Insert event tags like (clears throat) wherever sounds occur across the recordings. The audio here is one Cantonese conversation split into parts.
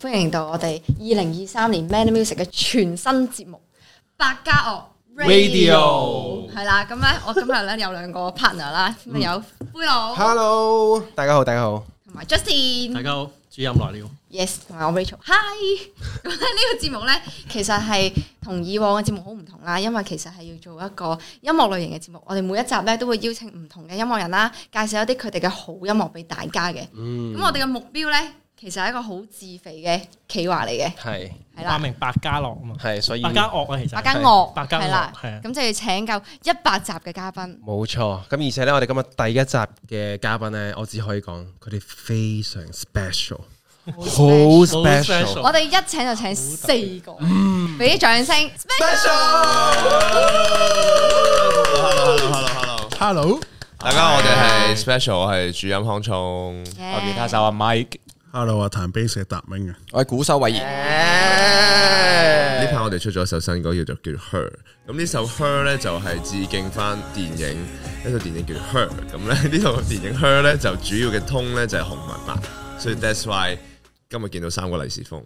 歡迎到我哋二零二三年 Man Music 嘅全新節目百家樂 Radio 係啦，咁咧我今日咧有兩個 partner 啦，咁啊有灰佬 Hello，大家好，大家好。同埋嗯 Justin。大家好，主任來了， Yes，同埋我 Rachel，Hi。咁 (laughs) 咧呢個節目咧，其實係同以往嘅節目好唔同啦，因為其實係要做一個音樂類型嘅節目。我哋每一集咧都會邀請唔同嘅音樂人啦，介紹一啲佢哋嘅好音樂俾大家嘅。咁、嗯，我哋嘅目標咧，其實係一個好自肥嘅企劃嚟嘅，係係話啦，明百家樂啊嘛，係，所以嗯百家樂啊其實百間樂，百家係啦樂，係啊，咁就要請夠一百集嘅嘉賓。冇錯。咁而且咧，我哋今日第一集嘅嘉賓咧，我只可以講佢哋非常 special，好 special， special 我哋一請就請四個，嗯俾啲掌聲。 Hello，大家好，我哋系 special，我係主音康聰， Yeah 我吉他手阿 Mike。 Hello 啊，彈 bass 嘅達明啊，我係鼓手偉賢。呢排我哋出咗一首新歌，叫做叫 Her。咁呢首 Her 咧就係致敬翻電影，一套電影叫 Her。咁咧呢套電影 Her 咧就主要嘅通咧就係紅同埋白，所以 that's why 今日見到三個利是封。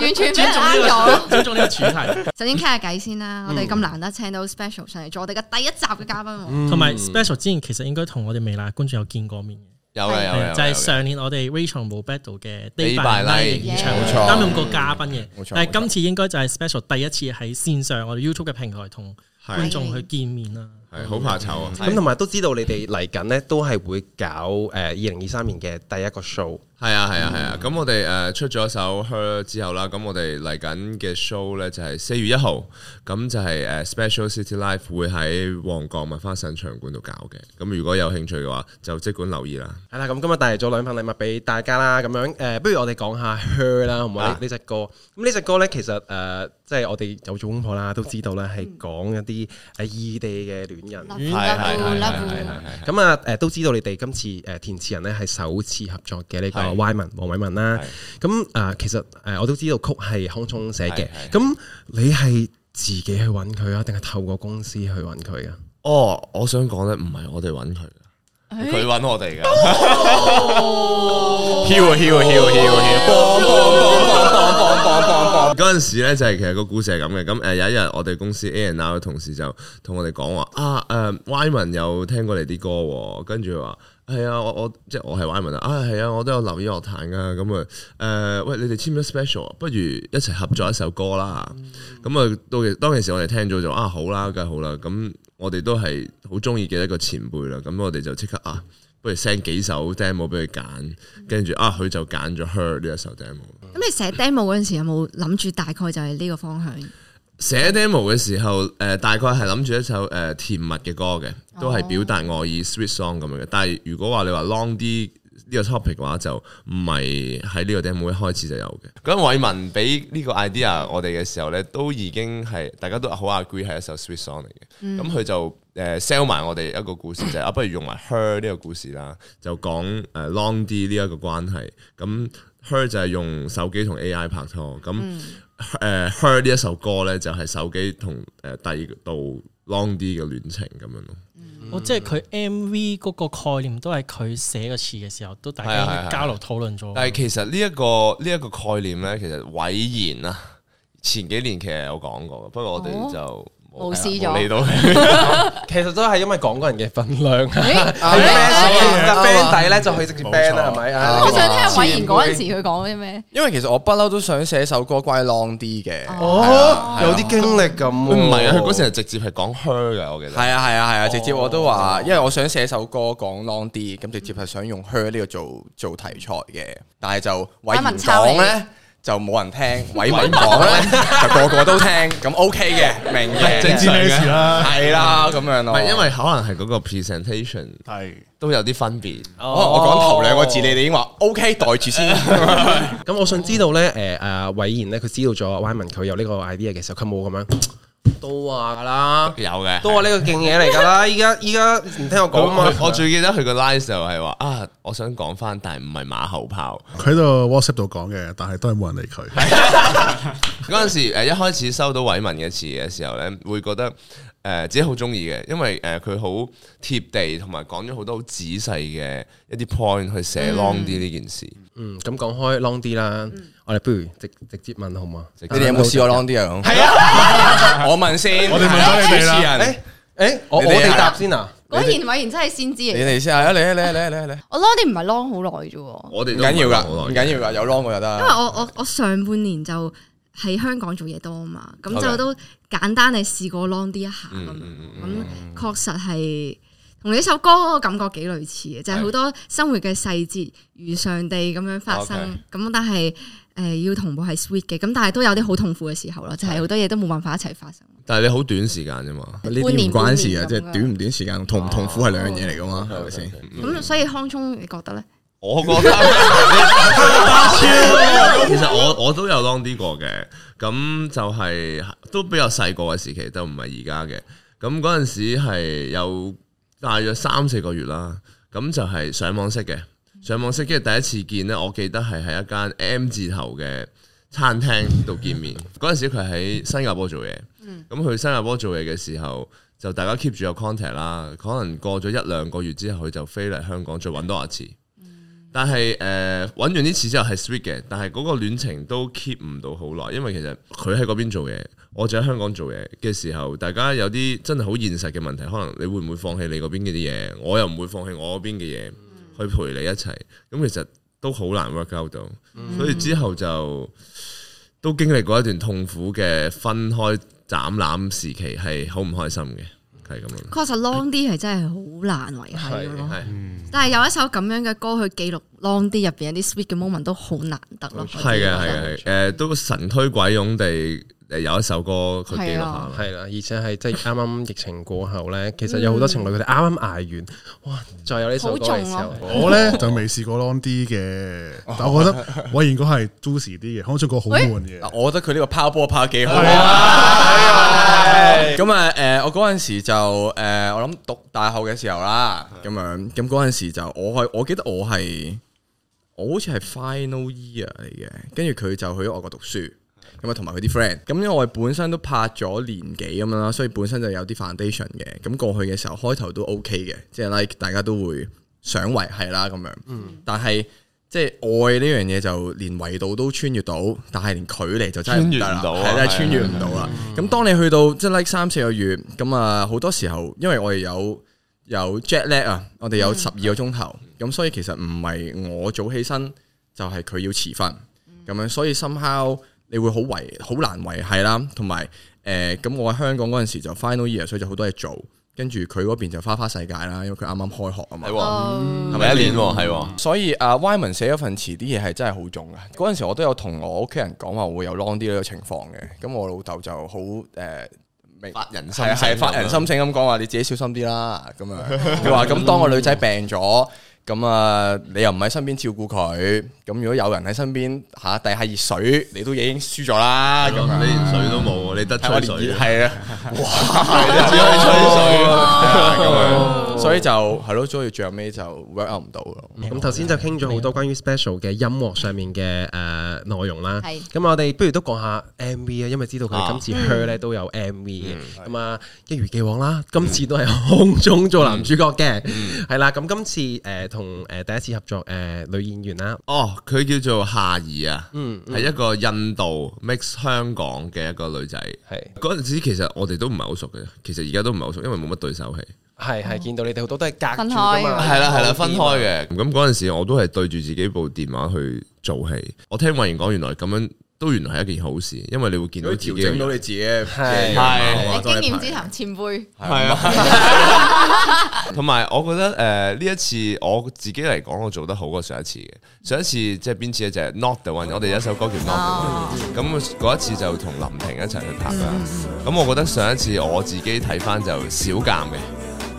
完全俾人尊重啱呢咗。個尊重呢個主題， (laughs) 首先傾下偈先啦，我哋咁難得請到 special 上嚟做我哋嘅第一集嘅嘉賓嗯喎，同埋 special 之前其實應該同我哋微辣觀眾有見過面嘅。有嘅有係啊嘅，就係上年我哋 Rachel 冇 battle 嘅 Day by Day Night by 嘅 Night，演唱會冇錯擔任過嘉賓嘅冇錯，但係今次應該就係 special 第一次喺線上我哋 YouTube 嘅平台同觀眾去見面啦。係好怕醜啊！咁同埋都知道你哋嚟緊咧，都係會搞誒二零二三年嘅第一個 show。係啊係啊係啊！咁、我哋誒、呃出咗首 Her 之後啦，咁我哋嚟緊嘅 show 咧就係四月一號，咁就係、誒、Special City Life 會喺旺角麥花臣場館度搞嘅。咁如果有興趣嘅話，就即管留意啦。係啦，咁今日帶嚟咗兩份禮物俾大家啦，咁樣誒、呃不如我哋講下 Her 啦，好唔好？呢啊呢只歌，咁呢只歌咧，其實誒、呃即係我哋有做功課啦，都知道咧係講一啲誒異地嘅戀人。係咁啊，誒都知道你哋今次誒填詞人咧係首次合作嘅呢個係 Y 文黃偉文啦。咁啊，其實誒我都知道曲係康聰寫嘅。咁你係自己去揾佢啊，定係透過公司去揾佢啊？哦，我想講咧，唔係我哋揾佢。佢揾 (laughs) 我哋噶，跳啊跳啊跳啊跳嗰陣時咧就係其實個故事係咁嘅，咁誒有一日我哋公司 A N R 嘅同事就同我哋講話啊誒 Y 文有聽過你啲歌喎，跟住佢話係啊，我我即係我係 Y 文啊，啊係啊，我都有留意樂壇噶，咁啊誒喂你哋簽咗 special，啊不如一齊合作一首歌啦，咁啊到其當其時我哋聽咗就啊好啦，梗係好啦，咁我哋都係好中意嘅一個前輩啦，咁我哋就即刻啊。不如 send 幾首 demo 俾佢揀，跟住啊佢就揀咗 Her 呢一首 demo。咁你寫 demo 嗰陣時有冇諗住大概就係呢個方向？寫 demo 嘅時候，誒、大概係諗住一首誒、呃甜蜜嘅歌嘅，都係表達愛意 sweet song 咁樣嘅。但係如果話你話 long 啲呢個 topic 嘅話，就唔係喺呢個 demo 一開始就有嘅。咁偉文俾呢個 idea 我哋嘅時候咧，都已經係大家都好 agree 係一首 sweet song 嚟嘅。咁佢、就誒 sell 埋我哋一個故事，就係、啊，不如用埋 her 呢個故事啦，就講誒、long 啲呢一個關係。咁 her 就係用手機同 AI 拍拖咁。誒《Her》呢一呃首歌咧，就係手機同誒第二度 long 啲嘅戀情咁樣咯。我即係佢 MV 嗰個概念都係佢寫個詞嘅時候，都大係啊係啊家係啊交流討論咗。但係其實呢、一個呢一、個概念咧，其實偉賢啊，前幾年其實有講過嘅，不過我哦哋就無視咗冇理到 (laughs) 佢。其實都係因為講嗰人嘅份量啊，係誒 band 底咧就去直接 band 啦，係咪啊？我想聽下偉賢嗰陣時佢講啲咩？因為其實我不嬲都想寫首歌關於 long 啲嘅，哦，有啲經歷咁喎。唔係啊，佢嗰時係直接係講 her 嘅，我記得。係啊係啊係啊，直接我都話，因為我想寫首歌講 long 啲，咁直接係想用 her 呢個做做題材嘅，但係就偉文文抄你講咧就冇人聽，偉文講咧就個個都聽，咁 OK 嘅，明正嘅，常嘅咩事啦？係啦咁樣唔咯。係因為可能係嗰個 presentation 係都有啲分別。我我講頭兩個字，你哋已經話 OK 袋住先，咁我想知道咧，誒誒偉賢咧，佢知道咗 Y 文佢有呢個 idea 嘅時候，佢冇咁樣都話㗎啦，有嘅，都話呢個勁嘢嚟㗎啦。依家依家唔聽我講啊咁啊嘛我，我最記得佢個 line 就係話啊，我想講翻，但係唔係馬後炮。佢喺度 WhatsApp 度講嘅，但係都係冇人理佢。嗰陣時誒一開始收到偉文嘅詞嘅時候咧，會覺得誒、呃自己好中意嘅，因為誒佢好貼地，同埋講咗好多好仔細嘅一啲 point 去寫 long 啲呢件事。嗯，咁講開 long 啲啦，我哋不如直直接問好嘛？直你哋有冇試過 long 啲啊？係啊， (laughs) 我問先，我哋問咗你哋啦主持人誒誒，我我你哋哋啊答先啊！果然偉然真係先知你嚟。哋先啊，你嚟嚟嚟嚟嚟，我 long 啲唔係 long 好耐啫喎。我哋唔都緊要問噶，好唔耐緊要噶，有 long 過就因為得。我我我上半年就喺香港做嘢多啊嘛，咁 OK 就都簡單係試過 long 啲一下咁樣，嗯咁確實係同你呢首歌嗰個感覺幾類似嘅，就係好多生活嘅細節如常地咁樣發生，咁但係誒要同步係 sweet 嘅，咁但係都有啲好痛苦嘅時候咯，就係好多嘢都冇辦法一齊發生。但係你好短時間啫嘛，呢啲半年唔關事嘅，半年咁即係㗎短唔短時間，痛唔痛苦係兩樣嘢嚟噶嘛，係咪先？嗯咁所以康聰你覺得咧？我覺得其實我我都有 long 啲過嘅，咁就係、都比較細個嘅時期，就唔係而家嘅。咁嗰陣時係有大約三四個月啦，咁就係上網識嘅，上網識跟住第一次見呢，我記得係喺一間 M 字頭嘅餐廳度見面。嗰陣時佢喺新加坡做嘢，咁佢新加坡做嘢嘅時候。就大家 keep 住有 contact 啦，可能過咗一兩個月之後，佢就飛嚟香港再揾多我一次。但係誒揾完呢次之後係 sweet 嘅，但係嗰個戀情都 keep 唔到好耐，因為其實佢喺嗰邊做嘢，我就喺香港做嘢嘅時候，大家有啲真係好現實嘅問題，可能你會唔會放棄你嗰邊嘅啲嘢，我又唔會放棄我嗰邊嘅嘢去陪你一齊，咁其實都好難 work out 到，所以之後就都經歷過一段痛苦嘅分開斬攬時期，係好唔開心嘅，係咁樣。確實 long 啲係真係好難維係嘅咯，係但係有一首咁樣嘅歌去記錄 long 啲入邊一啲 sweet 嘅 moment 都好難得咯。係嘅，係嘅，係誒，都神推鬼擁地誒有一首歌佢記錄下啦，係啦，而且係即係啱啱疫情過後咧，其實有好多情侶佢哋啱啱捱完，哇！再有呢首歌嘅時好候重，我咧就未試過 long 啲嘅，但我覺得我應該係 juicy 啲嘅，康中哥好悶嘅。啊我覺得佢呢個拋波拋幾好係 (laughs) 啊！咁啊誒，我嗰陣時就誒，我諗讀大學嘅時候啦，咁樣，咁嗰陣時就我係，我記得我係我好似係 final year 嚟嘅，跟住佢就去咗外國讀書，咁啊同埋佢啲 friend，咁因為我哋本身都拍咗年幾咁樣啦，所以本身就有啲 foundation 嘅，咁過去嘅時候開頭都 OK 嘅，即係 like 大家都會想維係啦咁樣，嗯但係即係愛呢樣嘢就連維度都穿越到，但係連距離就真係得啦穿越唔到啊係嗯係啊真係穿越唔到啦。咁當你去到即係 like 三四個月，咁啊好多時候因為我哋有。有 jet lag 啊，我哋有十二個鐘頭，咁、所以其實唔係我早起身，就係、佢要遲瞓咁樣，所以 somehow 你會好維好難維係啦，同埋誒咁我喺香港嗰陣時就 final year，所以就好多嘢做，跟住佢嗰邊就花花世界啦，因為佢啱啱開學啊嘛係，喎。哦係咪一年喎？係喎，所以阿 Wyman 寫咗份詞啲嘢係真係好重嘅。嗰陣時我都有同我屋企人講話會有 long 啲呢個情況嘅。咁我老豆就好誒明發人心係係聲發人心聲咁講話你自己小心啲啦。(laughs) 咁樣佢話咁當個女仔病咗，咁啊你又唔喺身邊照顧佢，咁啊如果有人喺身邊嚇遞下熱水，你都已經輸咗啦。咁咁樣啊你連水都冇，你得係我吹連水熱，係啊，你只可以吹水。哦咁樣，所以就係咯，所以最後尾就 work out 唔到咯。嗯咁頭先就傾咗好多關於 special 嘅音樂上面嘅誒內容啦。係嗯咁我哋不如都講下 MV 啊，因為知道佢今次 Her 咧都有 MV 嘅。嗯咁啊，一如既往啦，今次都係空中做男主角嘅，嗯係啦。咁今次誒同誒第一次合作誒女演員啦， (laughs) 哦，佢叫做夏怡啊，嗯係一個印度 mix 香港嘅一個女仔。係嗰陣時其實我哋都唔係好熟嘅，其實而家都唔係好熟，因為冇乜對手戲。係係見到你哋好多都係隔嗯分住噶開㗎嘛嘛，係啦係啦，分開嘅。咁嗰陣時我都係對住自己部電話去做戲。我聽慧賢講，原來咁樣都原來係一件好事，因為你會見到如果自己調嘅整人到你自己嘅係你係經驗之談，前輩係啊，同埋我覺得誒呃呢一次我自己嚟講，我做得好過上一次嘅。上一次即係邊次咧？就係 Not the One，我哋有一首歌叫哦 Not the One，咁嗰一次就同林婷一齊去拍啦。嗯咁我覺得上一次我自己睇翻就少鑑嘅，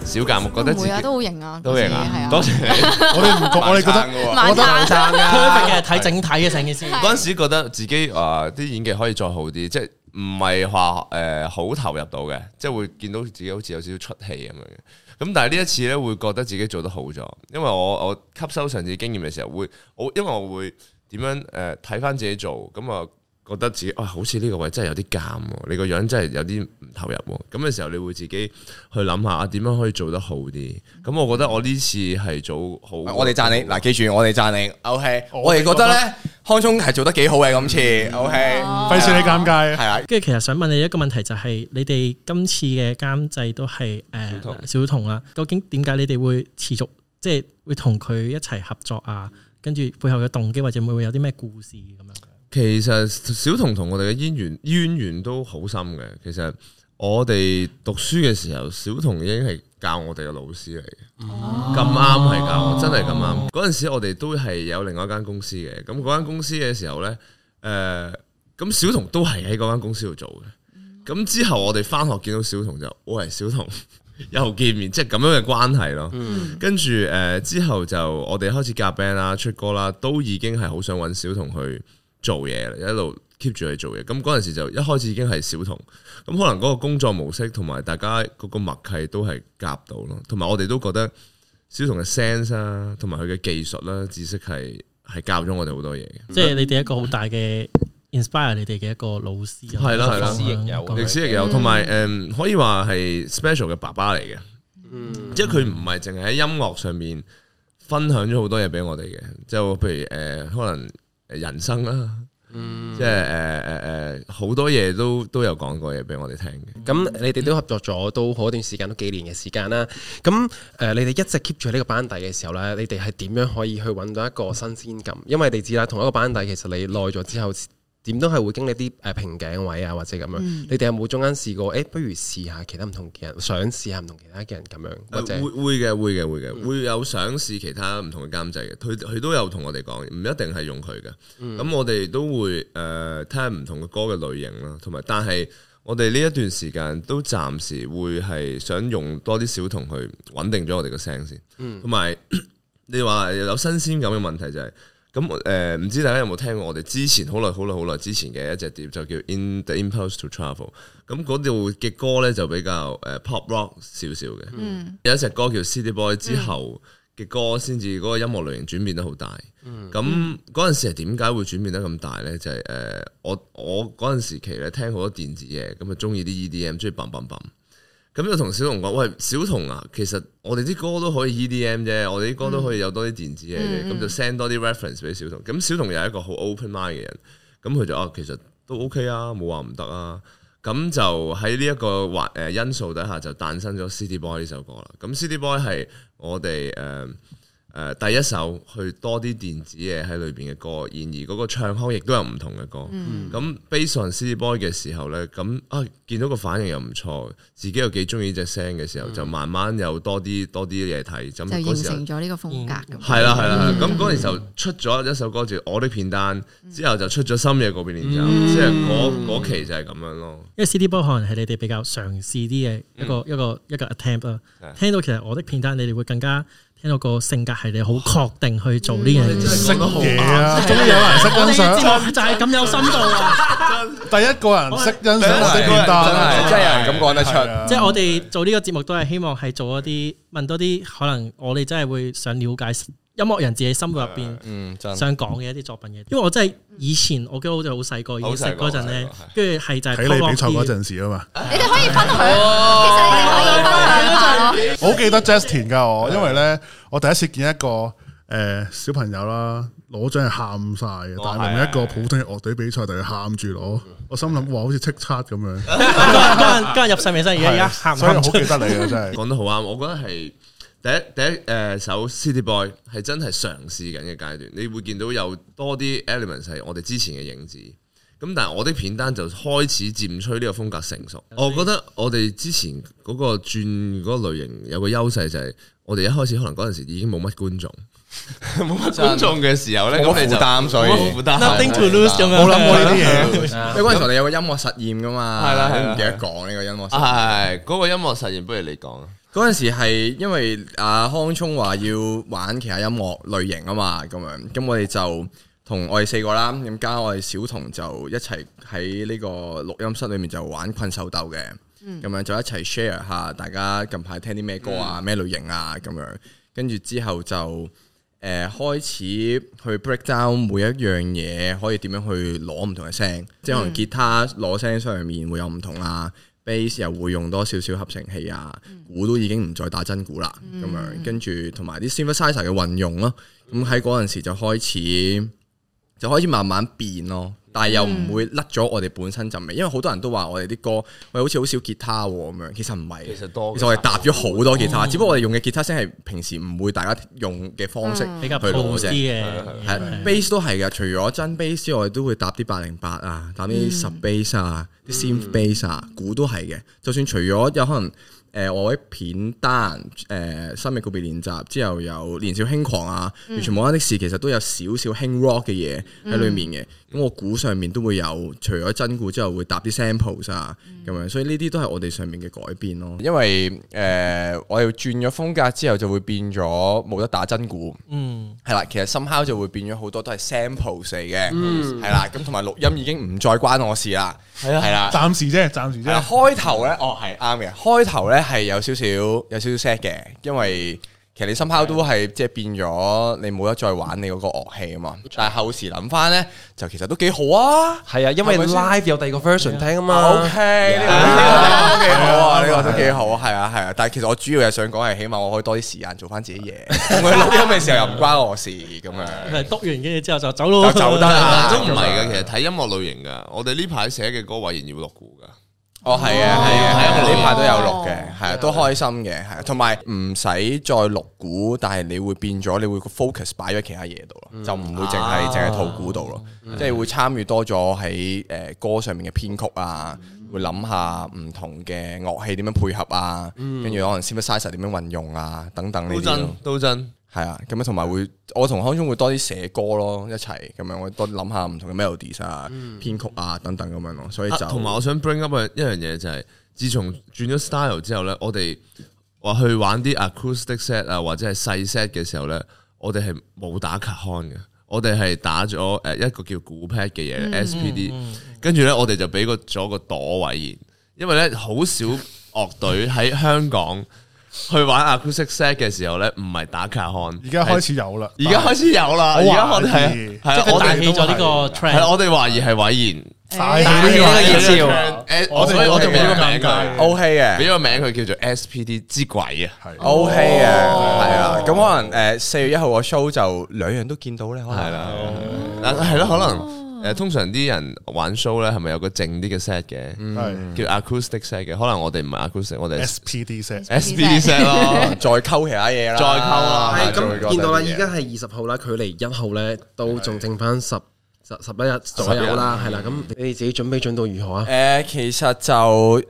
少鑑，我覺得唔自會啊，己都好型啊，都型嗰次係啊啊，多謝 (laughs) 你。我哋唔覺，我哋覺得晚我覺得餐，perfect 嘅睇整體嘅成件事。嗰陣時覺得自己啊啲演技可以再好啲，即係唔係話誒好投入到嘅，即係會見到自己好似有少少出戲咁樣嘅。咁但係呢一次咧，會覺得自己做得好咗，因為我我呃吸收上次經驗嘅時候會，我因為我會點樣誒睇翻自己做，咁啊覺得自己啊，好似呢個位真係有啲尷喎，你個樣真係有啲唔投入喎。咁嘅時候，你會自己去諗下啊，點樣可以做得好啲。咁我覺得我呢次係做好，我哋讚你，嗱，記住我哋讚你，OK，我哋覺得哦咧，康聰係做得幾好嘅今次，OK，費事你尷尬係啊！啦，跟住其實想問你一個問題，就係你哋今次嘅監製都係誒小童啦，究竟點解你哋會持續即係會同佢一齊合作啊？跟住背後嘅動機或者會唔會有啲咩故事咁樣？其實小童同我哋嘅淵源淵源都好深嘅。其實我哋讀書嘅時候，小童已經係教我哋嘅老師嚟嘅，咁啱係教我，真係咁啱。嗰陣時我哋都係有另外一間公司嘅，咁嗰間公司嘅時候呢，誒、咁小童都係喺嗰間公司度做嘅。咁之後我哋翻學見到小童就，喂，小童 (laughs) 又見面，即係咁樣嘅關係咯。跟住誒、之後就我哋開始夾 band 啦、出歌啦，都已經係好想揾小童去。做嘢啦，一路 keep 住去做嘢。咁嗰陣時就一開始已經係小童，咁可能嗰個工作模式同埋大家嗰個默契都係夾到咯。同埋我哋都覺得小童嘅 sense 啊，同埋佢嘅技術啦、知識係係教咗我哋好多嘢嘅。即係你哋一個好大嘅 inspire 你哋嘅一個老師啊，係啦係啦老師亦有歷史亦有，同埋誒可以話係 special 嘅爸爸嚟嘅，即係佢唔係淨係喺音樂上面分享咗好多嘢俾我哋嘅，就譬如誒、呃可能誒人生啦，即係誒誒誒好多嘢都都有講過嘢俾我哋聽嘅。咁你哋都合作咗都好一段時間，都幾年嘅時間啦。咁誒、呃你哋一直 keep 住呢個班底嘅時候咧，你哋係點樣可以去揾到一個新鮮感？因為你知啦，同一個班底其實你耐咗之後，點都係會經歷啲誒瓶頸位啊，或者咁樣。你哋有冇中間試過？誒、不如試下其他唔同嘅人，想試下唔同其他嘅人咁樣，或者誒會會嘅會嘅會嘅會有想試其他唔同嘅監製嘅，佢佢都有同我哋講，唔一定係用佢嘅。咁、嗯我哋都會誒睇下唔同嘅歌嘅類型啦，同埋但係我哋呢一段時間都暫時會係想用多啲小童去穩定咗我哋個聲先，嗯同埋、 (clears throat) 你話有新鮮感嘅問題就係、咁誒，呃唔、知大家有冇聽過我哋之前好耐、好耐、好耐之前嘅一隻碟就叫《In the Impulse to Travel》。咁嗰度嘅歌咧就比較誒、呃 pop rock 少少嘅。嗯有一隻歌叫《City Boy》之後嘅歌先至嗰個音樂類型轉變得好大。咁嗰陣時係點解會轉變得咁大咧？就係、呃我我嗰陣時期咧聽好多電子嘢，咁啊中意啲 EDM，中意砰砰砰。咁就同小童講：喂，小童啊，其實我哋啲歌都可以 EDM 啫，我哋啲歌都可以有多啲電子嘢嘅，咁、就 send 多啲 reference 俾小童。咁小童又係一個好 open mind 嘅人，咁佢就啊，其實都 OK 啊，冇話唔得啊。咁就喺呢一個或誒因素底下，就誕生咗《City Boy》呢首歌啦。咁《City Boy》係我哋誒誒第一首去多啲電子嘢喺裏邊嘅歌，然而嗰個唱腔亦都有唔同嘅歌。咁 Based on City Boy 嘅時候呢，咁啊見到個反應又唔錯，自己又幾中意隻聲嘅時候，就慢慢有多啲多啲嘢睇。咁就嗰形時候成咗呢個風嗯格咁。係啦係啦，咁嗰陣時候出咗一首歌叫《我的片單》，嗯之後就出咗《深夜嗰邊練習》，即係嗰嗰期就係咁樣咯。因為 CD boy 可能係你哋比較嘗試啲嘅一個一個一個 attempt 啦。聽到其實我的片單，你哋會更加聽到個性格係你好確定去做呢樣嘢。識嘢啊，終於有人識我哋欣嘅賞。節目就係咁有深度啊！第一個人識欣賞我的真片係單，真係有人咁講得係出，啊即係我哋做呢個節目都係希望係做一啲問多啲，可能我哋真係會想了解音樂人自己心目入邊。嗯，真想講嘅一啲作品嘅，因為我真係以前我記得好似好細個已經識嗰陣咧，跟住係就係睇你比賽 pop rock 啲嗰陣時啊嘛，你哋可以分享，其實你哋可以分享下咯。我好記得 Justin 噶我，因為咧我第一次見一個誒小朋友啦，攞獎係喊晒嘅，但哦係啊明一個普通嘅樂隊比賽，但係喊住攞，我心諗哇，好似叱咤咁樣，嗰 (laughs) 陣嗰陣入世未世，而家而啊家喊唔所以我好喊記出得你啊，真係。 (laughs) 講得好啱，我覺得係第一第一誒、呃首 City Boy 係真係嘗試緊嘅階段，你會見到有多啲 elements 係我哋之前嘅影子。咁但係我的片單就開始漸趨呢個風格成熟。嗯我覺得我哋之前嗰個轉嗰個類型有個優勢就係我哋一開始可能嗰陣時已經冇乜觀眾，冇乜觀眾嘅時候咧，冇咁乜你就負擔，所以冇乜負擔 nothing to lose 咁樣，冇諗過呢啲嘢，因為嗰陣時我哋有個音樂實驗噶嘛，係啦係啦你唔記得講呢個音樂實驗。係嗰個音樂實驗，不如你講啊。嗰陣時係因為阿康聰話要玩其他音樂類型啊嘛，咁樣咁我哋就 (laughs) 同我哋四個啦，咁加我哋小童就一齊喺呢個錄音室裏面就玩困獸鬥嘅，咁、樣就一齊 share 下大家近排聽啲咩歌啊、咩、類型啊咁樣，跟住之後就誒、誒開始去 break down 每一樣嘢可以點樣去攞唔同嘅聲，即係可能吉他攞聲上面會有唔同啦，bass 又會用多少少合成器啊，鼓都已經唔再打真鼓啦，咁樣跟住同埋啲 synthesizer 嘅運用咯，咁喺嗰陣時就開始就開始慢慢變咯。但係又唔會甩咗我哋本身陣味，因為好多人都話我哋啲歌，喂好似好少吉他喎咁樣，其實唔係，其實哦多嘅其實我哋搭咗好多吉他，只不過我哋用嘅吉他聲係平時唔會大家用嘅方式比較去 pro 攞啲啫。嘅，係 base 都係嘅，除咗真 base 之外，都會搭啲八零八啊，搭啲十 base 啊，啲 synth base 啊，鼓都係嘅。就算除咗有可能，誒、呃我喺片單，誒、生命告別練習之後有年少輕狂啊，完全冇關的事，其實都有少少輕 rock 嘅嘢喺裡面嘅。咁、我鼓上面都會有，除咗真鼓之後會搭啲 samples 啊，咁樣，所以呢啲都係我哋上面嘅改變咯。因為誒、呃我哋轉咗風格之後，就會變咗冇得打真鼓，嗯，係啦。其實 somehow 就會變咗好多都係 samples 嚟嘅，係啦。咁同埋錄音已經唔再關我事啦，嗯係啦。暫時啫，暫時係啦啫，開頭咧，哦係啱嘅。開頭咧係有少少有少少 sad 嘅，因為其實你 somehow 都係即係變咗，你冇得再玩你嗰個樂器啊嘛。但係後時諗翻咧，就其實都幾好啊。係啊，因為係咪先哦 live 有第二個 version 聽啊嘛 O。K，呢個呢個都幾好啊，呢個都幾好，係啊係啊。但係其實我主要係想講係，起碼我可以多啲時間做翻自己嘢。 (laughs) 我錄音嘅時候又唔關我事咁樣，係督完跟住之後就走咯，就走 (laughs) 得啦啊都唔係嘅，其實睇音樂類型噶，我哋呢排寫嘅歌慧然要落鼓噶，哦係啊係啊，係啊，我呢排都有錄嘅哦，係啊，都開心嘅，係啊，同埋唔使再錄鼓，但係你會變咗，你會個 focus 擺咗其他嘢度嗯咯，就唔會淨啊係淨係套鼓度咯，即係會參與多咗喺誒歌上面嘅編曲啊，嗯會諗下唔同嘅樂器點樣配合啊，跟住可能 synthesizer 點樣運用啊，等等呢都啲咯。嗯真都真。係啊，咁樣同埋會，我同康中會多啲寫歌咯，一齊咁樣，我多諗下唔同嘅 melodies 啊、編曲啊等等咁樣咯，所以就嗯啊同埋我想 bring up 一樣嘢就係、自從轉咗 style 之後咧，我哋話去玩啲 acoustic set 啊，或者係細 set 嘅時候咧，我哋係冇打 cut on 嘅，我哋係打咗呃誒一個叫鼓 pad 嘅嗯嘢、SPD，跟住咧我哋就俾個咗個朵位然，因為咧好少樂隊喺香港去玩 acoustic set 嘅時候咧，唔係打 cut on，而家開始有啦，而家開始有啦，而我家我哋懷疑係係即啊係佢我帶哋起咗呢個係啊 trend。我哋懷疑係偉然。大氣啊呢呢個個熱熱潮潮，誒，哎我我哋所以我哋俾咗個我名哋佢， O K 俾咗嘅個名佢叫做 SPD 之鬼啊，係，O K 嘅，哦係啦。咁可能誒呃四月一號個 show 就兩樣都見到咧，可能係啦，但係咯，可能誒通常啲人玩 show 咧，係咪有個靜啲嘅 set 嘅，係叫 acoustic set 嘅？可能我哋唔係 acoustic，我哋 SPD set。 SPD set 咯， (laughs) 再溝其他嘢啦，再溝啦係啊係哎咁見到啦，再而溝家係二十號啦，距離一號咧都仲剩翻十十十一日左右啦，係啦。咁你哋自己準備準到如何啊？誒，呃其實就誒，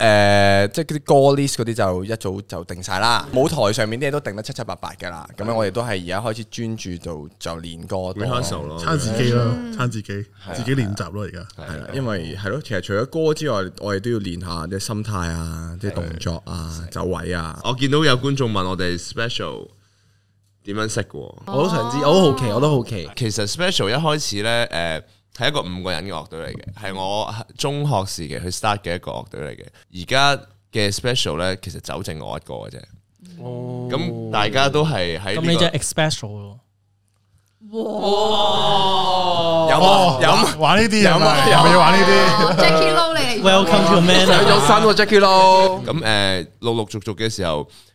即係嗰啲歌 list 嗰啲就一早就定晒啦，舞台上面啲嘢都定得七七八八嘅啦。咁樣我哋都係而家開始專注到就練歌多咯 rehearsal 咯，撐自己咯，撐自己，自己練習咯，而家係啦，因為係咯，其實除咗歌之外，我哋都要練下啲心態啊、啲動作啊、走位啊。哦我見到有觀眾問我哋 special 點樣識嘅。我都想知，我都好奇，我都好奇。其實 special 一開始咧，誒、係一個五個人嘅樂隊嚟嘅，係我中學時期去 start 嘅一個樂隊嚟嘅。而家嘅 special 咧，其實走剩我一個嘅啫。咁大家都係喺咁呢你個就 special 咯，有哦冇有冇玩哦玩呢啲有咪有咪要玩呢啲？ Jackie Lou 你嚟咗 Welcome to Man 啊喎 Jackie 咯，咁誒、陸陸續續嘅時候，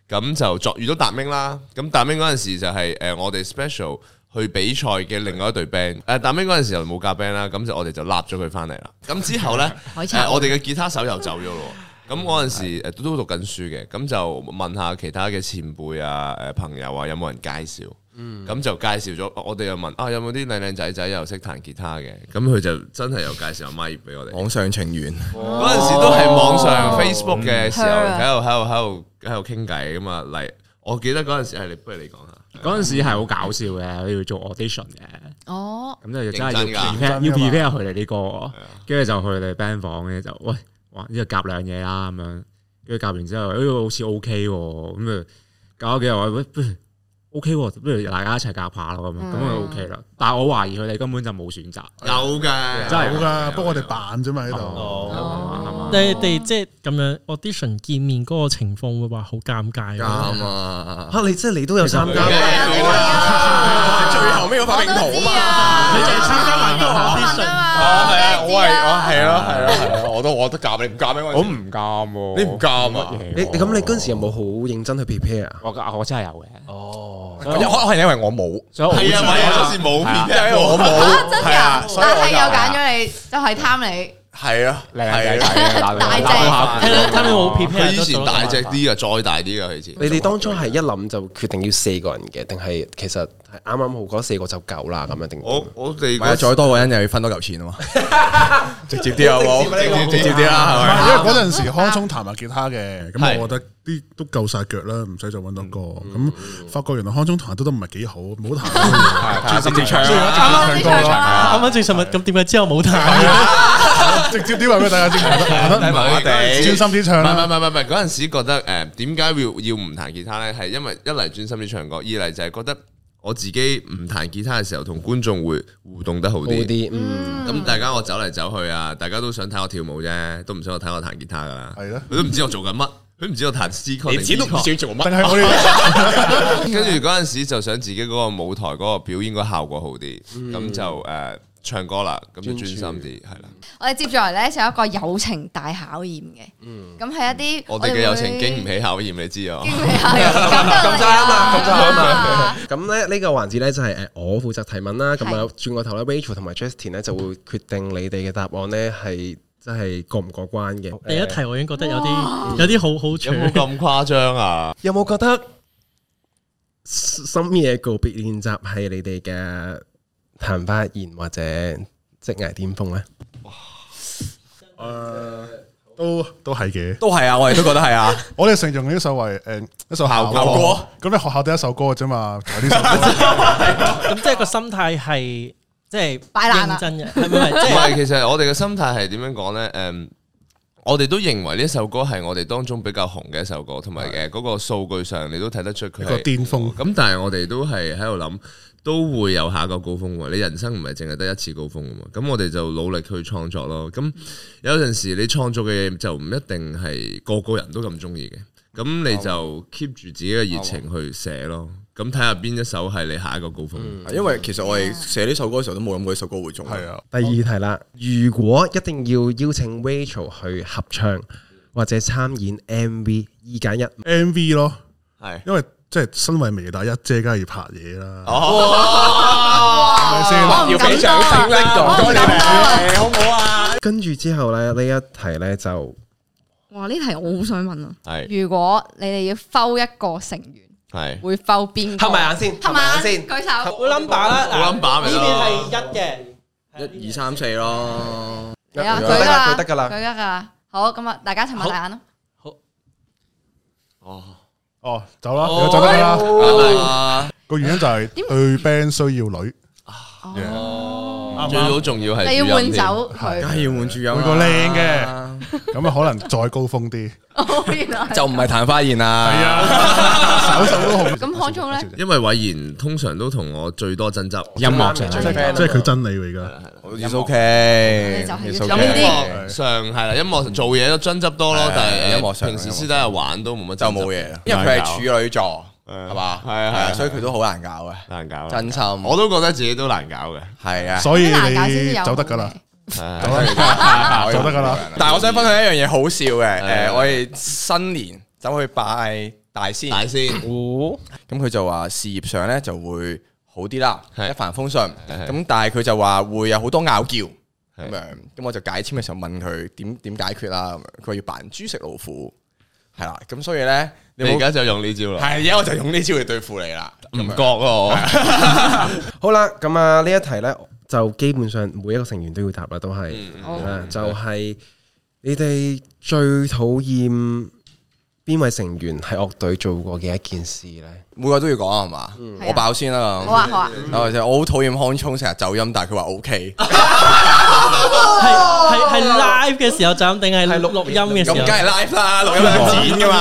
咁就作遇到達明啦。咁達明嗰陣時就係、誒、我哋 special 去比賽嘅另外一隊 band。誒達明嗰陣時就冇夾 band 啦，咁就我哋就立咗佢翻嚟啦。咁之後咧， (laughs) 海誒、賊我哋嘅吉他手又走咗咯。咁嗰陣時誒都讀緊書嘅，咁就問下其他嘅前輩啊、誒朋友啊，有冇人介紹？嗯咁就介紹咗，我哋又問啊，有冇啲靚靚仔仔又識彈吉他嘅？咁佢就真係有介紹阿 Mike 俾我哋。網上情緣， (laughs) 嗰陣時都係網上 Facebook 嘅時候，嗯喺度喺度喺度喺度傾偈咁啊嚟。我記得嗰陣時係你，不如你講下。嗰陣時係好搞笑嘅，你要做 audition 嘅，哦，咁就真係要認真㗎啊 prepare 認要真㗎 prepare 佢哋啲歌，跟住就去佢哋 band 房嘅就喂，哇呢度夾兩嘢啦咁樣，跟住夾完之後，哎好似 OK 喎，咁啊搞咗幾日話喂不如 OK 喎，不如大家一齊夾下嗯咯咁樣，咁啊 OK 啦。但係我懷疑佢哋根本就冇選擇，有嘅，真係哦有噶，不過我哋扮啫嘛喺度。哦，係嘛你哋即係咁樣 audition 見面嗰個情況會話好尷尬㗎。啱啊！吓你即係你都有參加，最後尾個發明圖啊嘛，嘛你就係參加埋我問 audition，啊哦，嘛，系啊，我梗係系知啦我系咯係咯係咯，我都我都夾你唔夾咩？我我唔監喎，你唔監啊乜嘢喎你你咁你嗰陣時有冇好認真去 prepare 啊？我我真係有嘅，啊可能因為我冇，所以我哦係啊，咪有陣時冇係啊面嘅，(laughs) 我啊冇，真係啊㗎，所以但我係就又揀咗你，就係貪你。係啊，靚仔係啊，仔啊，大隻下係啦，睇你冇 prepare 佢以前大隻啲嘅，再大啲嘅佢以前。你哋當初係一諗就決定要四個人嘅，定係其實係啱啱好嗰四個就夠啦咁樣定？我我哋唔係啊，再多個人又要分多嚿錢啊嘛， (laughs) 直接啲啊好冇？啊直接啲唔啦，係因為嗰陣時康聰彈埋吉他嘅，係咁我覺得啲都夠晒腳啦，唔使再揾多個。咁發覺原來康聰彈得都唔係幾好，冇彈。啊專心唱啱啱 (laughs) 唱歌啊啱啱正實物，咁點解之後冇彈？直接啲話俾大家知， (laughs) 彈得彈得唔我哋專心啲唱唔係唔係啦。唔係唔係，嗰陣時覺得誒點解要要唔彈吉他咧？係因為一嚟專心啲唱歌，二嚟就係覺得我自己唔彈吉他嘅時候，同觀眾會互動得好好啲。啲，嗯，咁大家我走嚟走去啊，大家都想睇我跳舞啫，都唔想我睇我彈吉他噶啦。係咯佢都唔知我做緊乜，佢唔知我彈 C 曲，你錢都唔知。少做乜？但係我哋跟住嗰陣時就想自己嗰個舞台嗰個表演個效果好啲，咁就誒唱歌啦，咁就專心啲係啦。我哋接住嚟咧就有一個友情大考驗嘅，咁係一啲我哋嘅友情經 (laughs) 唔起，起考驗，你知啊。經唔起考驗咁就啱啦嚟咁就啱啦咁咧呢個環節咧就係誒我負責提問啦，咁係有轉個頭咧，Rachel 同埋 Justin 咧就會決定你哋嘅答案咧係真係過唔過關嘅。第一題我已經覺得有啲有啲好好有搶。冇咁誇張啊？有冇覺得呃深夜告別練習係你哋嘅曇花一現或者職涯巔峰咧？都都係嘅。都係啊，我哋都覺得係啊，我哋成日用呢首為誒一首校校歌歌，咁你學校得一首歌嘅啫嘛，搞呢首 (laughs) 咁歌即係個心態係即係擺爛啦認真嘅，係咪？唔即係係，其實我哋嘅心態係點樣講呢？誒、我哋都認為呢首歌係我哋當中比較紅嘅一首歌，同埋誒嗰個數據上你都睇得出佢一個係巔峰咁但係我哋都係喺度諗，都會有下一個高峰喎。你人生唔係淨係得一次高峰㗎嘛。咁我哋就努力去創作咯。咁有陣時你創作嘅嘢就唔一定係個個人都咁中意嘅。咁你啊就 keep 住自己嘅熱情去寫咯。咁睇下邊一首係你下一個高峰。 (laughs) 嗯因為其實我哋寫呢首歌嘅時候都冇諗過呢首歌會中，係啊，第二題啦，如果一定要邀請 Rachel 去合唱或者參演 MV，二揀一， M V 咯，係因為即係身為微大一姐，梗係要拍嘢啦。哦我哦唔敢多，啊我唔敢多。跟住之後咧呢一題咧就 (laughs) 哇！呢題我好想問啊，係如果你哋要摟一個成員，係會摟邊個？先合埋眼先，舉手。冇 number 啦，冇 number 咪得咯呢邊係一嘅。一二三四咯，係啊，得啦舉佢得㗎啦，啦舉得㗎啦。好，咁啊，大家一齊擘大眼咯。哦，哎走啦，你都走得啦。啊個原因就係點對 band 需要女，最好重要係你要主音換添走啊梗佢。係要滿住啊有啊每個靚嘅，咁啊可能再高峰 (laughs) 啲。 (laughs) 哦，原來係就唔係曇花現啦，係啊，手手都紅，咁康聰咧，因為偉賢通常都同我最多爭執，音樂上最 (laughs) 即係佢真理嚟㗎。 It's OK，你就 It's 係 OK 要飲呢啲上係啦，音樂做嘢都爭執多咯係，但係係音樂上平時私底下玩都冇乜就爭執冇嘢啦，因為佢係處女座，係係嘛，係啊係啊係啊係啊所以佢都好難搞嘅，難搞，真心我都覺得自己都難搞嘅。係啊。所以難搞先至你有走得㗎啦，係走得㗎啦。但係我想分享一樣嘢好笑嘅，係誒，我哋新年走去拜大仙，大咁先佢就話事業上咧就會好啲啦，係一帆風順。係咁但係佢就話會有好多拗撬咁樣，咁我就解簽嘅時候問佢點點解決啦，咁樣佢話要扮豬食老虎，係啦，咁所以咧，你你而冇家就用呢招啦，嗯係而家我就用呢招去對付你啦，唔覺咯，好啦。咁啊呢一題咧就基本上每一個成員都要答啦，都係、嗯哦啊就係、你哋最討厭邊位成員喺樂隊做過嘅一件事咧？每個都要講啊係嘛？我爆先啦，嗯好啊好啊，啊，就我好討厭康聰成日走音，但係佢話 O (laughs) K，哎係係 live 嘅時候就咁定係錄音嘅時咁候梗？係 live 啦，錄音兩剪噶 (laughs) 嘛，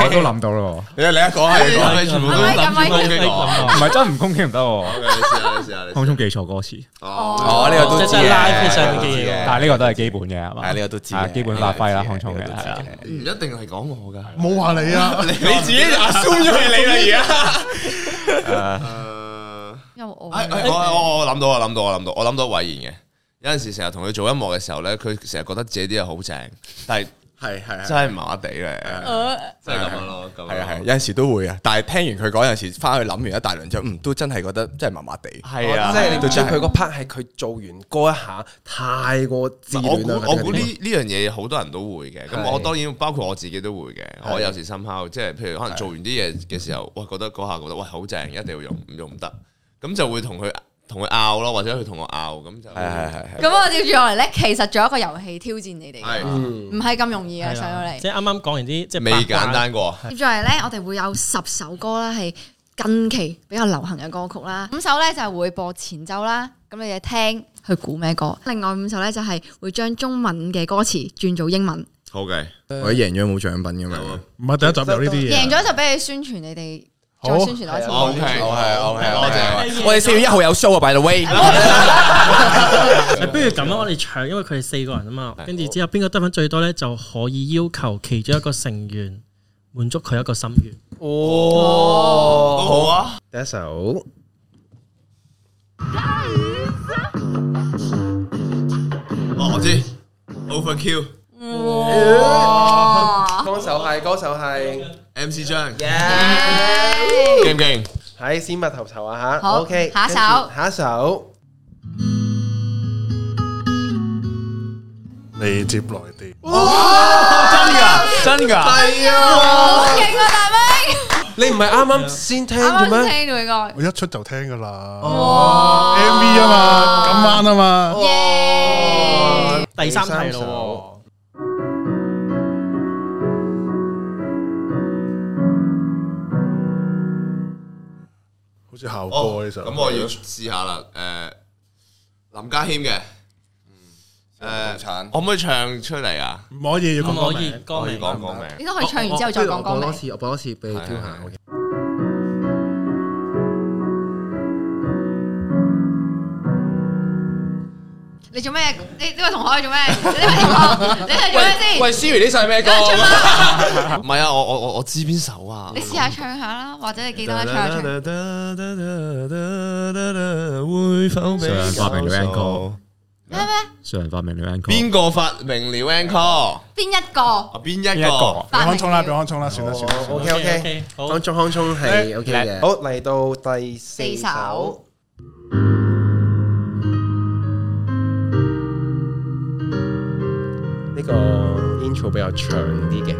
(laughs) 我都諗到咯你你一講係講你全部都係咪咁諗住咪攻擊我。喎，唔係真唔攻擊唔得喎，你試下，你試下，你試空下中記錯歌詞，哦，呢個都知即係 live 嘅上面嘅嘢嘅，但係呢個都係基本嘅係嘛？係呢個都知啊嘅，基本發揮啦，呢個空都知中嘅呢個都知係啊啦。唔一定係講我㗎。冇話你啊，你自己 assume 咗係你啦而家。因為我哎哎我我我諗到，我諗到，我諗到，我諗到偉賢嘅。有陣時成日同佢做音樂嘅時候咧，佢成日覺得自己啲嘢好正，但係係係真係麻麻地咧，即係咁樣咯，咁呃係啊係，有陣時都會啊，但係聽完佢講，有陣時翻去諗完一大輪之後，嗯，都真係覺得真係麻麻地。係啊，即係你對對真住係佢嗰 part 係佢做完嗰一下太過自我戀啊估啦。我估呢呢樣嘢好多人都會嘅，咁係我當然包括我自己都會嘅。我有時深刻，即係譬如可能做完啲嘢嘅時候，哇覺得嗰下覺得喂好正，一定要用，唔用唔得，咁就會同佢同佢拗咯，或者佢同我拗，咁就係係係係。咁我接住落嚟咧，其實仲有一個遊戲挑戰你哋嘅，係嗯唔係咁容易嘅係上到啦嚟即。係啱啱講完啲即係未八簡卦單過，接住嚟咧，我哋會有十首歌啦，係近期比較流行嘅歌曲啦。五首咧就係會播前奏啦，咁你哋聽去估咩歌。另外五首咧就係會將中文嘅歌詞轉做英文，好嘅，我贏咗冇獎品咁樣，唔係第一集有呢啲嘢贏啊。咗就俾你宣傳你哋，再好宣傳多一次。 O K 我係我係多謝我係，我哋四月一號有 show 啊，by the way。誒不如咁啊啦，我哋搶，因為佢哋四個人啊嘛，跟住之後邊個得分最多咧，就可以要求其中一個成員滿足佢一個心願。好好啊，哦第一首哦我知 Overkill 歌手係歌手係 M C 張耶勁唔勁？喺先物頭頭啊吓。好 OK，下一首跟住下一首你接來電，真㗎，真㗎，好勁啊，大威！你唔係啱啱先聽啱嘅啱咩？先聽到呢我一出就聽噶啦。個， M V 啊嘛，今晚啊哦嘛，耶！第三題第三咯首好似校哦 Oh, 歌呢首。咁我要試下啦。誒，林家謙嘅，誒產可唔可以唱出嚟啊？唔可以要喎，唔講歌可以名。歌可以名講講名。應該可以唱完之後再講歌我名多。次，我播多次俾你挑下。係 OK 你做咩？你呢位同學你做咩？你呢位同學，你係做咩先？喂，Siri 呢首係咩歌？ (laughs) 唔係啊，我我我我知邊首啊你？試下唱下啦，或者你記得啦，唱下唱。會否上人發明咗 Encore 咩咩？上人發明了 Encore，邊個發明了 Encore？邊一個？啊，邊一邊個？俾發康明聰啦，俾康聰啦，算啦算啦。算啦 OK OK，Dạ. OK，好，康聰康聰係 OK 嘅。好，嚟到第四四首首。呢個 intro 比較長啲嘅。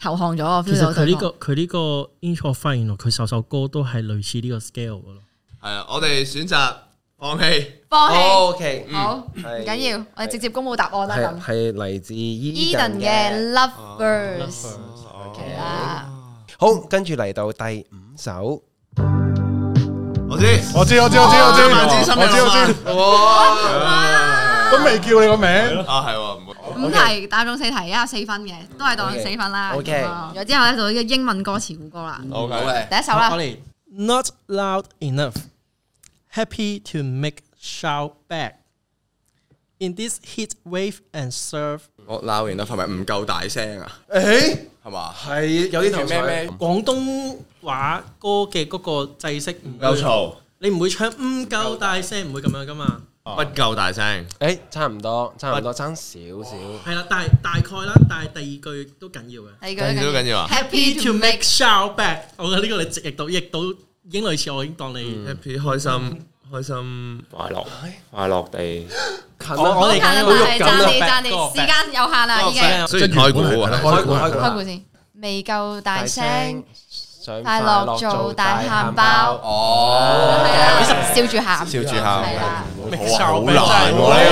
投降咗我其 feel 實到佢對呢方個佢呢個 intro 發現原來佢首首歌都係類似呢個 scale 嘅咯。係啊，我哋選擇放棄。放棄， OK，ừ. 好唔緊要，我哋直接公佈答案啦係咁。係嚟自 Eden Eden 嘅。嘅 Lovers 係啦，好，跟住嚟到第五首。我知，我知我知我知我知我知心我知我知，知。哇！都未叫你個名。啊，係喎，唔好。五題答中四題，一有四分嘅，都係當 OK 四分啦。 OK 咁啊然後之後咧就呢個英文歌詞估歌啦，好好嘅，嘅，第一首我啦，哋 Not loud enough, happy to make shout back. In this heat wave and surf，我鬧完啦，係咪唔夠大聲啊？誒，係嘛？係有啲頭咩咩咩咩？廣東話歌嘅嗰個制式唔夠夠，嘈，你唔會唱唔夠大聲，唔會咁樣噶嘛。不夠大聲。誒，差唔多，差唔多，爭少少。係啦，但係大概啦，但係第二句都緊要嘅。第二句緊要緊要啊 Happy to make shout back，我覺得呢個你直譯到譯到已經類似，我已經當你 Happy 開心開心，快樂快樂地，近我好我哋近緊啊，好肉但係爭啲爭啲，緊啊時間有限啦已經。雖然開估啊，開估開估先，未夠大聲想快樂做大喊喊包，哦，係啊，笑住喊，笑住係啦喊，。哇好好難難喎喎呢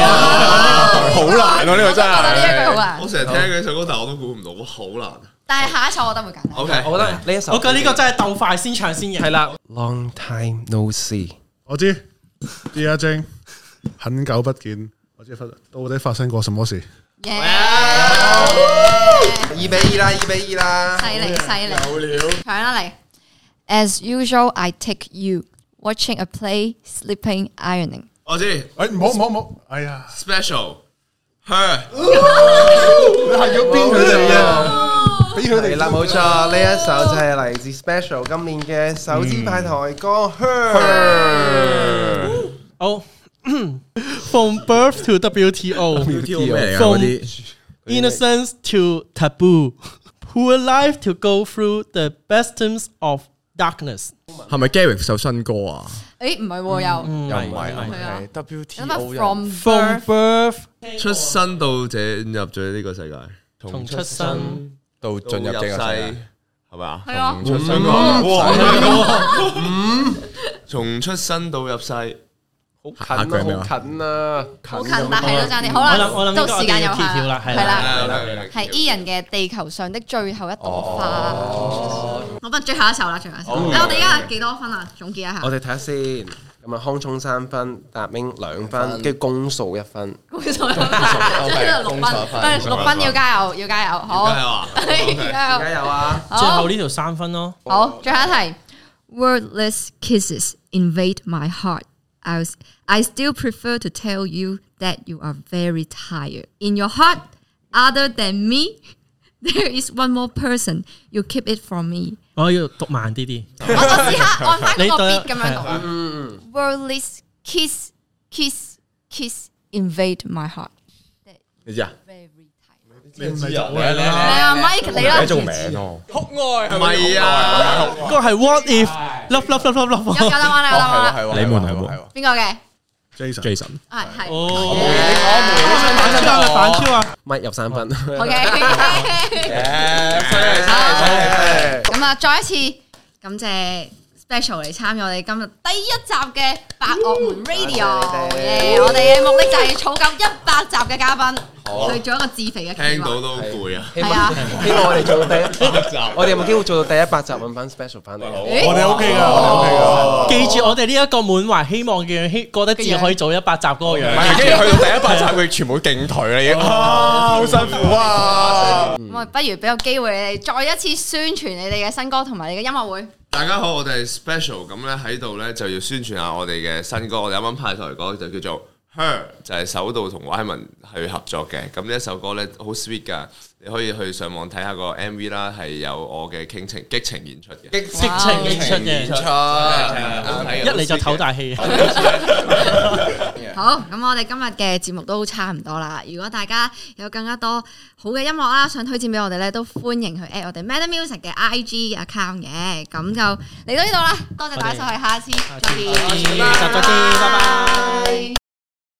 個，好難喎呢個真我覺得呢一句好係。難我，成日聽佢首歌，但我都估唔到，哇，好難。啊但係下一首我覺得會簡單。 O K，我覺得呢一首，我覺得呢個真係鬥快先唱先贏。係啦， Long time no see，我知 D 阿晶很久不見，我知發到底發生過什麼事？ Yeah 二比二啦，二比二啦。犀利犀利，搶啦嚟。As usual, I take you watching a play, sleeping, ironing。我知哎，唔好唔好唔好，哎呀， special her 你係要邊佢哋啊？俾佢哋係啦，冇錯，呢一首就係嚟自 Special 今年嘅首支派台歌《Her》。好 (clears throat) ，From birth (laughs) to WTO。跳咩嚟㗎嗰 From 啲？ innocence to taboo, poor life to go through the besoms of darkness。係咪 Gary 首新歌啊？誒唔係喎，又又唔係係啊啊諗下，WTO 又 from From birth birth 出生到這入咗呢個世界，從出生到進入到呢個世界，係咪啊？係啊從出生到嗯入世，從出生到入世，好近啊，好近啊，好近，但係都爭啲。好啦，我諗我諗呢個到時間有我哋要限跳啦啦，係係啦啊啦，係係 E 人嘅地球上的最後一朵花。好吧，最後一首啦，最後一首。誒，我哋而家有幾多分啊？總結一下我。哋睇下先。咁啊，康聰三分，達明兩分，跟住公數一分。公數分，呢度六分，喂六分要加油，要加油，好，加油啊加油加油啊！最好後，呢條三分咯。好，最後一題。Wordless kisses invade my heart. I was, I still prefer to tell you that you are very tired. In your heart, other than me, (laughs) there is one more person. You keep it from me. 我要讀慢啲啲。我我試下按翻嗰你個對 beat 咁樣讀。Wordless kiss, kiss, kiss invade my heart. 你知啊？ Very tired. 你唔係嚟啊，Mike，你啦。唔係啊，嗰個係 What if love love love love 有 love。答案啦，有答案啦。係喎，你們係係喎喎，邊個嘅？ Jason， Jason，係係。哦， Yeah 反超啊反超啊！咪入三分。 OK。咁啊，再一次 (laughs) 感謝 Special 嚟參與我哋今日第一集嘅百樂門 Radio。耶！我哋嘅目的就係儲夠一百集嘅嘉賓，去做一個自肥嘅計聽到劃。都攰啊！係啊，希望我哋做到第一百集，我哋有冇機會做到第一百集揾翻 special 翻嚟？啊咦我哋 OK 噶，哦我哋 OK 噶。記住我哋呢一個滿懷希望嘅樣，希覺得自己可以做哦一百集嗰個唔樣。係跟住去到第一百集，佢全部勁頹啦已經， (laughs) 啊，好辛苦啊！咁啊，不如俾個機會你哋再一次宣傳你哋嘅新歌同埋你嘅音樂會。大家好，我哋係 special 咁咧喺度咧就要宣傳下我哋嘅新歌，我哋啱啱派台歌就叫做 Her，就係首度同 Wyman 去合作嘅。咁呢一首歌咧好 sweet 噶，你可以去上網睇下個 MV 啦，係有我嘅傾情激情演出嘅。激激情演出嘅，Ờ, 一嚟就唞大氣。 (laughs) 好，咁我哋今日嘅節目都差唔多啦。如果大家有更加多好嘅音樂啦，想推薦俾我哋咧，都歡迎去 at 我哋 Mad Music 嘅 IG account 嘅。咁就嚟到呢度啦，多謝大家收睇，下次再見，下次再見拜拜拜拜